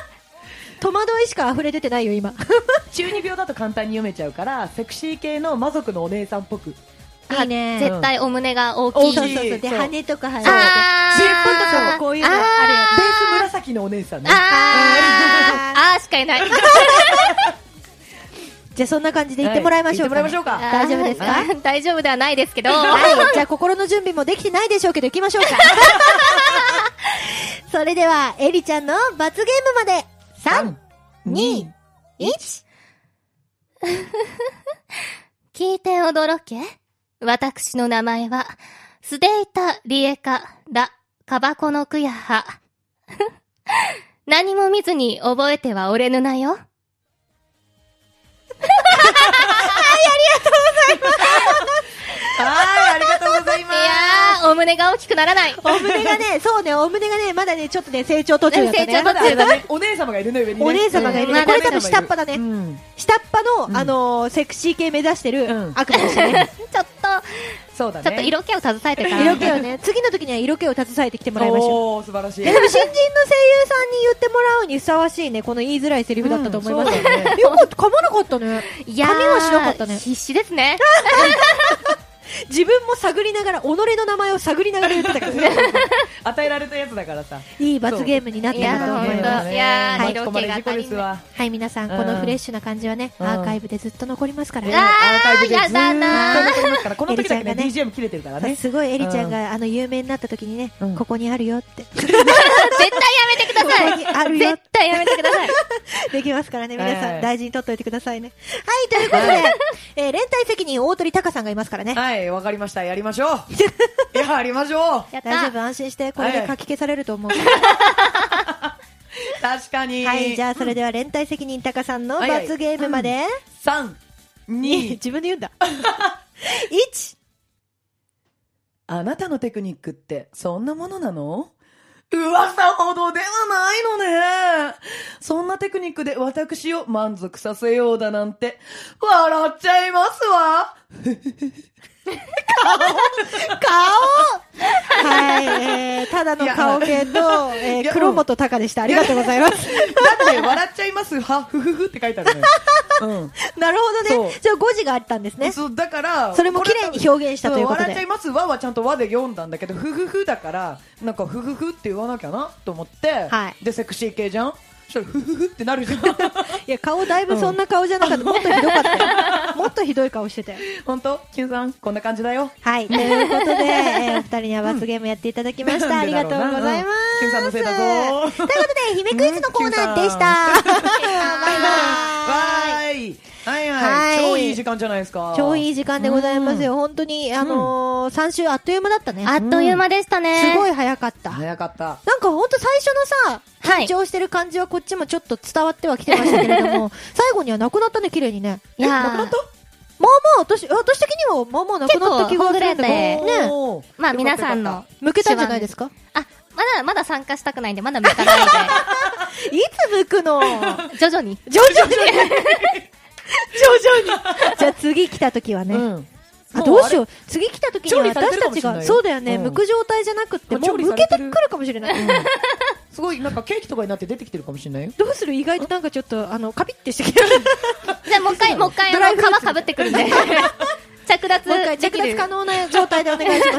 Speaker 1: 戸惑いしか溢れ出てないよ今
Speaker 2: 中二病だと簡単に読めちゃうからセクシー系の魔族のお姉さんっぽく
Speaker 1: いいね
Speaker 3: 絶対お胸が大
Speaker 1: そ
Speaker 3: き
Speaker 1: う
Speaker 3: い。
Speaker 1: そ
Speaker 2: 大
Speaker 1: う
Speaker 2: きい
Speaker 1: そうで
Speaker 2: そう
Speaker 1: 羽とか生えて
Speaker 3: あー
Speaker 1: 尻尾とかもこういうのある
Speaker 2: ベ
Speaker 1: や
Speaker 2: ース紫のお姉さんね
Speaker 3: あーあーしかいない。
Speaker 1: つじゃあそんな感じで行ってもらいましょうかね、
Speaker 2: はい行ってもらいましょうか
Speaker 1: 大丈夫ですか
Speaker 3: あー大丈夫ではないですけど。
Speaker 1: はい、じゃあ心の準備もできてないでしょうけど行きましょうか。それでは、エリちゃんの罰ゲームまで、3、2、1。
Speaker 3: 聞いて驚け。私の名前は、スデイタ・リエカ・ラ・カバコのクヤハ。何も見ずに覚えてはおれぬなよ。はい、
Speaker 2: はいありがとうございます
Speaker 3: いやー、お胸が大きくならない。
Speaker 1: お胸がね、そうね、お胸がね、まだね、ちょっとね、成長途中だった
Speaker 3: 成長
Speaker 1: ね。
Speaker 3: 途中だね。
Speaker 2: お姉様がいるね上にね
Speaker 1: お姉様がいる
Speaker 3: ね
Speaker 1: ね。これ多分下っ端だ
Speaker 2: う
Speaker 1: ね。
Speaker 2: ん
Speaker 1: 下っ端
Speaker 2: うん
Speaker 1: の、あのー、セクシー系目指してる
Speaker 2: うん
Speaker 1: 悪魔でした ね。
Speaker 3: ちょっと、
Speaker 2: そうだね
Speaker 3: ちょっと色気を携えてから。
Speaker 1: 色気をね、次の時には色気を携えてきてもらいましょう。
Speaker 2: おー素晴らしい
Speaker 1: えでも新人の声優さんに言ってもらうにふさわしいね、この言いづらいセリフだったと思いますよ
Speaker 2: うんそうだ。ね
Speaker 1: よかった、噛まなかったね。
Speaker 3: いやー
Speaker 1: 髪はしなかったね
Speaker 3: 必死ですね。
Speaker 1: 自分も探りながら、己の名前を探りながら言ってたからね。
Speaker 2: 与えられたやつだからさ
Speaker 1: いい罰ゲームになっ
Speaker 3: い
Speaker 1: て
Speaker 3: や
Speaker 1: る
Speaker 3: ー、
Speaker 1: と
Speaker 3: ほ
Speaker 1: 思
Speaker 3: ん
Speaker 1: い
Speaker 3: と。い
Speaker 1: ます。
Speaker 3: や
Speaker 1: は
Speaker 3: ー、
Speaker 1: い
Speaker 2: 巻き込
Speaker 3: 色
Speaker 2: ま
Speaker 3: 気
Speaker 2: れ
Speaker 3: が
Speaker 2: 事
Speaker 3: 足
Speaker 2: 故で
Speaker 3: り
Speaker 2: す
Speaker 3: ない。
Speaker 2: わ
Speaker 1: はい、皆さん、
Speaker 2: うん
Speaker 1: このフレッシュな感じはね、
Speaker 2: うん
Speaker 1: アーカイブでずっと残りますから
Speaker 2: ね
Speaker 1: ね。
Speaker 2: アーカイブでず
Speaker 3: やだな
Speaker 2: ず
Speaker 3: ー
Speaker 2: っと残りますからこの時だけね
Speaker 1: エリ
Speaker 2: BGM 切れてるからね
Speaker 1: すごいエリちゃんが、あの、有名になった時にね、
Speaker 2: うん
Speaker 1: ここにあるよって、こ
Speaker 3: 絶対やめてくださ
Speaker 1: こ
Speaker 3: い
Speaker 1: にあるよ
Speaker 3: 絶
Speaker 1: って
Speaker 3: 対やめてください。
Speaker 1: できますからね、皆さ
Speaker 2: は
Speaker 1: ん、
Speaker 2: い
Speaker 1: 大事に取っておいてくださいね。はい、ということで、えー連帯責任大鳥隆さんがいますからね。
Speaker 2: はいわかりましたやりま しょうやりましょう
Speaker 3: やった
Speaker 1: 大丈夫、安心して、これで書き消されると思う。
Speaker 2: 確かに
Speaker 1: はい、じゃあ、それでは連帯責任隆さんの
Speaker 2: はいはい
Speaker 1: 罰ゲームまで、
Speaker 2: 三
Speaker 1: に
Speaker 2: 二
Speaker 1: 自分で言うんだ。1、
Speaker 2: あなたのテクニックってそんなものなの噂ほどではないのね。そんなテクニックで私を満足させようだなんて、笑っちゃいますわ。
Speaker 1: はい、えー、ただの顔系と、え
Speaker 2: い
Speaker 1: ー、
Speaker 2: や
Speaker 1: 黒本隆でした。ありがとうございます。
Speaker 2: だって、笑っちゃいますは、ふふふって書いてあるね。うん。
Speaker 1: なるほど
Speaker 2: そ。う
Speaker 1: ねじゃあ5時があったんですね。
Speaker 2: そう、だから、
Speaker 1: それも綺麗に表現したということで
Speaker 2: 笑っちゃいますわはちゃんとわで読んだんだけど、ふふふだから、なんかふふふって言わなきゃなと思って、
Speaker 1: はい
Speaker 2: で、セクシー系じゃんそしたら、ふふふってなるじゃん。
Speaker 1: いや、顔だいぶそんな顔じゃなかった。もっとひどかったよ。もっとひどい顔してたよ。
Speaker 2: 本当キュンさん、こんな感じだよ。
Speaker 1: はい、ということで、えー、お二人には罰ゲームやっていただきました。あ
Speaker 2: なん
Speaker 1: り
Speaker 2: でだ
Speaker 1: がと
Speaker 2: ろう
Speaker 1: うご
Speaker 2: な
Speaker 1: ざいま
Speaker 2: うん
Speaker 1: す。
Speaker 2: ケンさんのせいだぞ
Speaker 1: ということで、姫クイズのコーナーでした。バイバイ。
Speaker 2: わーい。はい
Speaker 1: は
Speaker 2: はいい。超いい時間じゃないですか。
Speaker 1: 超いい時間でございますよ。本当に、あのー、3週あっという間だったね。
Speaker 3: あっという間でしたね。
Speaker 1: すごい早かった。
Speaker 2: 早かった。
Speaker 1: なんかほんと最初のさ、
Speaker 3: はい
Speaker 1: 緊張してる感じはこっちもちょっと伝わってはきてましたけれども、最後にはなくなったね、綺麗にね。
Speaker 3: いやー
Speaker 1: えなくなったまあまあ、私、私的にはまあまあなくなった気がするんだけど。
Speaker 3: 結構ほ
Speaker 1: ねえ
Speaker 2: おー
Speaker 3: まあ皆さんの。。
Speaker 1: 向けたんじゃないですか
Speaker 3: あ、まだ、まだ参加したくないんで、まだ向かない
Speaker 1: いつ向くの 徐々
Speaker 3: んで、徐々に。
Speaker 1: に徐々にじゃあ次来た時 はね。
Speaker 2: うん。
Speaker 1: あどうしよ
Speaker 2: う。
Speaker 1: う次来た時には
Speaker 2: 調理されて
Speaker 1: 私
Speaker 2: るか
Speaker 1: た
Speaker 2: も
Speaker 1: ち
Speaker 2: しれない
Speaker 1: が
Speaker 2: よ
Speaker 1: そうだよね、
Speaker 2: うん
Speaker 1: 向く状態じゃなくって
Speaker 2: もう
Speaker 1: もう
Speaker 2: 調理
Speaker 1: 向
Speaker 2: さ
Speaker 1: け
Speaker 2: れ
Speaker 1: て
Speaker 2: て
Speaker 1: く
Speaker 2: る
Speaker 1: るかもしれない、
Speaker 2: すごい、なんかケーキとかになって出てきてるかもしれないよ。
Speaker 1: どうする意外となんかちょっとあのカピってしてきてる
Speaker 3: じゃあもう一回、もう一回、
Speaker 1: ドラ
Speaker 3: あ
Speaker 1: イ
Speaker 3: の、
Speaker 1: フルー
Speaker 3: 皮
Speaker 1: ツ
Speaker 3: かぶってくる んで。着
Speaker 1: もう一回
Speaker 3: 脱で
Speaker 1: 着
Speaker 3: きる
Speaker 1: 脱可能な状態でお願いします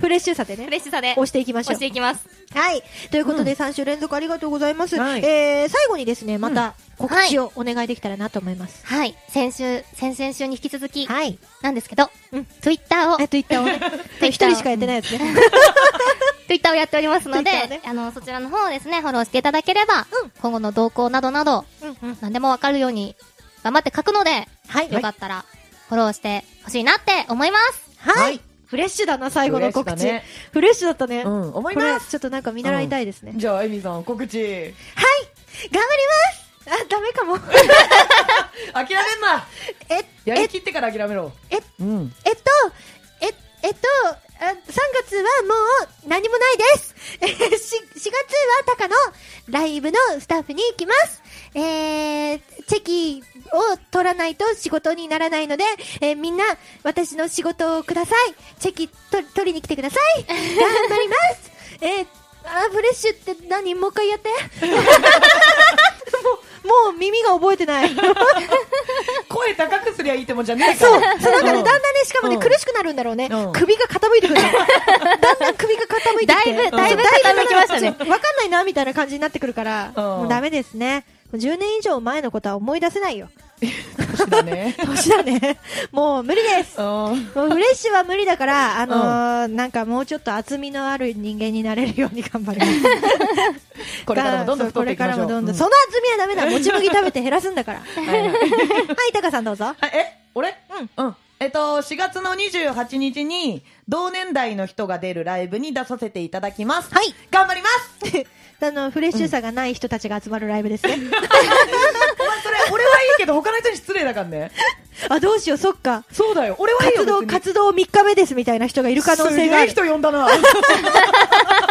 Speaker 1: フレッシュさでね
Speaker 3: フレッシュさで。
Speaker 1: 押していきましょ
Speaker 3: 押
Speaker 1: う
Speaker 3: していきます。
Speaker 1: はい。ということで、3週連続ありがとうございます。
Speaker 2: はい
Speaker 1: えー、最後にですね、また告知をお願いできたらなと思います。
Speaker 3: はい。先週、先々週に引き続き、
Speaker 1: はい。
Speaker 3: なんですけど、
Speaker 1: うん
Speaker 3: Twitter を
Speaker 1: え、、といったをね、
Speaker 3: Twitter を
Speaker 1: 一人しかやってないです ね。
Speaker 3: Twitter をやっておりますの
Speaker 1: Twitter をね
Speaker 3: で、あの、そちらの方をですね、フォローしていただければ
Speaker 1: うん、
Speaker 3: 今後の動向などなど、何でもわかるように、頑張って書くので、
Speaker 1: はい。
Speaker 3: よかったら、フォローしてほしいなって思います。
Speaker 1: は
Speaker 2: はいい。
Speaker 1: フレッシュだな、最後の告
Speaker 2: フレ
Speaker 1: 知
Speaker 2: ッシュだね。
Speaker 1: フレッシュだったね。
Speaker 2: う
Speaker 1: こ
Speaker 2: ん、思い
Speaker 1: れ
Speaker 2: ま、す。
Speaker 1: ちょっとなんか見習いたいですね。
Speaker 2: じゃあ、エミさん、告知。
Speaker 1: 頑張りますあ、ダメかも。
Speaker 2: 諦めんな
Speaker 1: え、
Speaker 2: や
Speaker 1: え
Speaker 2: り、きってから諦めろ。
Speaker 1: え
Speaker 2: うん。
Speaker 1: えっと、え、えっと、 3月はもう何もないです。 えー、し4月は高のライブのスタッフに行きます。えー、チェキを取らないと仕事にならないので、えーみんな私の仕事をください。チェキと取りに来てください。頑張ります。えー、あーフレッシュって何もう一回やって。 もう、もう耳が覚えてない。
Speaker 2: 声高くすりゃいいってもんじゃねえか
Speaker 1: そう、
Speaker 2: ら
Speaker 1: そうなんかね、だんだんね、しかもね、
Speaker 2: うん
Speaker 1: 苦しくなるんだろうね
Speaker 2: うん。
Speaker 1: 首が傾いてく る。だんだん首が傾いてきて。
Speaker 3: だいぶ
Speaker 1: うん
Speaker 3: だいぶ傾きましたね
Speaker 1: そうわかんないな、みたいな感じになってくるから、
Speaker 2: うん
Speaker 1: もうダメですね。もう10年以上前のことは思い出せないよ。
Speaker 2: そうだね
Speaker 1: 年だね。 もう無理です。
Speaker 2: うん
Speaker 1: もうフレッシュは無理だから、あのーなんかもうちょっと厚みのある人間になれるように頑張ります。
Speaker 2: これからもどんどん太っていきましょ
Speaker 1: これから
Speaker 2: う
Speaker 1: もどんどん。
Speaker 2: うん
Speaker 1: その厚みはダメだ。もち麦食べて減らすんだ から。はい、
Speaker 2: はいはい
Speaker 1: タカさんど うぞ。
Speaker 2: あえ俺
Speaker 1: うん。
Speaker 2: うん。えっと、4月の28日に、同年代の人が出るライブに出させていただきます。
Speaker 1: はい。
Speaker 2: 頑張り ます
Speaker 1: あの、フレッシュさがない人たちが集まるライブですね。
Speaker 2: お前それ、俺はいいけど、他の人に失礼だからね。
Speaker 1: あ、どうしよう、そっか。
Speaker 2: そうだよ。俺はいいよ。
Speaker 1: 活動、
Speaker 2: 別に
Speaker 1: 活動3日目ですみたいな人がいる可能性がある。
Speaker 2: すげえ人呼んだな。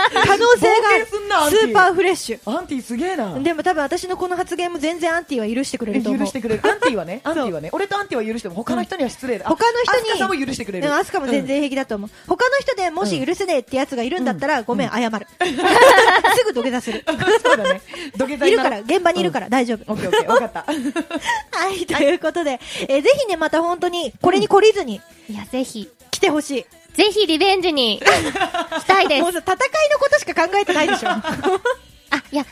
Speaker 1: 可能性があ
Speaker 2: 冒
Speaker 1: る
Speaker 2: 険すんなアンティ
Speaker 1: スーパーフレッシュ。
Speaker 2: アンティすげえな。
Speaker 1: でも多分私のこの発言も全然アンティは許してくれ
Speaker 2: え
Speaker 1: ると
Speaker 2: 許
Speaker 1: 思う。
Speaker 2: してくれる。アンティはね、アンティはね、俺とアンティは許しても、他の人には失礼だ。あ
Speaker 1: 他の人に
Speaker 2: アスカさんも許してくれ
Speaker 1: う
Speaker 2: る。
Speaker 1: んアスカも全然平気だと思う。他の人でもし許せねえってやつがいるんだったら、ごめん、謝 る。すぐ土下座する。
Speaker 2: うん。 そうだね。土下座
Speaker 1: い
Speaker 2: にな
Speaker 1: るから、現場にいるから大丈夫。
Speaker 2: オッケーオッケー、わかった。
Speaker 1: はい、ということで、えーぜひね、また本当に、これに懲りずに
Speaker 3: いや、ぜひ、
Speaker 1: 来てほしい。
Speaker 3: ぜひリベンジ に、したいです
Speaker 1: もう。さ戦いのことしか考えてないでしょ。
Speaker 3: あ、いや、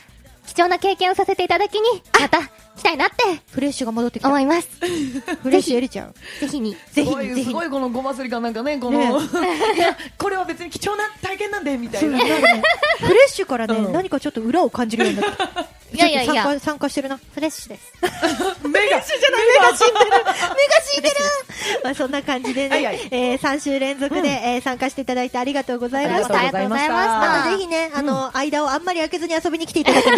Speaker 3: 貴重な経験をさせていただきに、また、来たいなって、
Speaker 1: フレッシュが戻ってきた
Speaker 3: 思。います。
Speaker 1: フレッシュエリちゃん。
Speaker 3: ぜひに。
Speaker 2: す
Speaker 1: ぜひ
Speaker 2: ごい
Speaker 1: ぜ
Speaker 2: す
Speaker 1: ひ
Speaker 2: ごいこのごますり感なんかねこの、
Speaker 1: ね
Speaker 2: いやこれは別に貴重な体験なんで みた
Speaker 1: そ
Speaker 2: いうな
Speaker 1: なんかねフレッシュからね、
Speaker 2: うん
Speaker 1: 何かちょっと裏を感じるようになった。
Speaker 3: いやいやいや
Speaker 1: ちょっと参加参加してるな。
Speaker 3: フレッシ ュです。
Speaker 2: 目が
Speaker 1: じゃない目が死んでる目が死んでるまあそんな感じでね、
Speaker 2: はいはい
Speaker 1: え3週連続で、えー参加していただいてありがとうございまし
Speaker 3: あ
Speaker 1: た。
Speaker 3: りがとうございました
Speaker 1: またぜひね、あの、間をあんまり開けずに遊びに来ていただ ける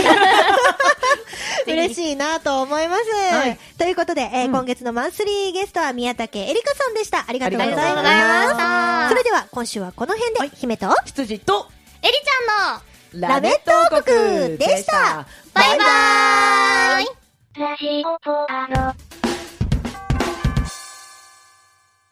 Speaker 1: と嬉しいなと思います。
Speaker 2: はい
Speaker 1: ということで、えー今月のマンスリーゲストは宮武えりかさんでした。ありがとうございま
Speaker 2: ありがとうございまし
Speaker 1: す。
Speaker 3: た
Speaker 1: それでは今週はこの辺で、姫と
Speaker 2: 羊と
Speaker 3: エリちゃんの、
Speaker 2: ラメット王国でした
Speaker 1: バイバ
Speaker 3: バイバーイ
Speaker 4: ラジオポアド。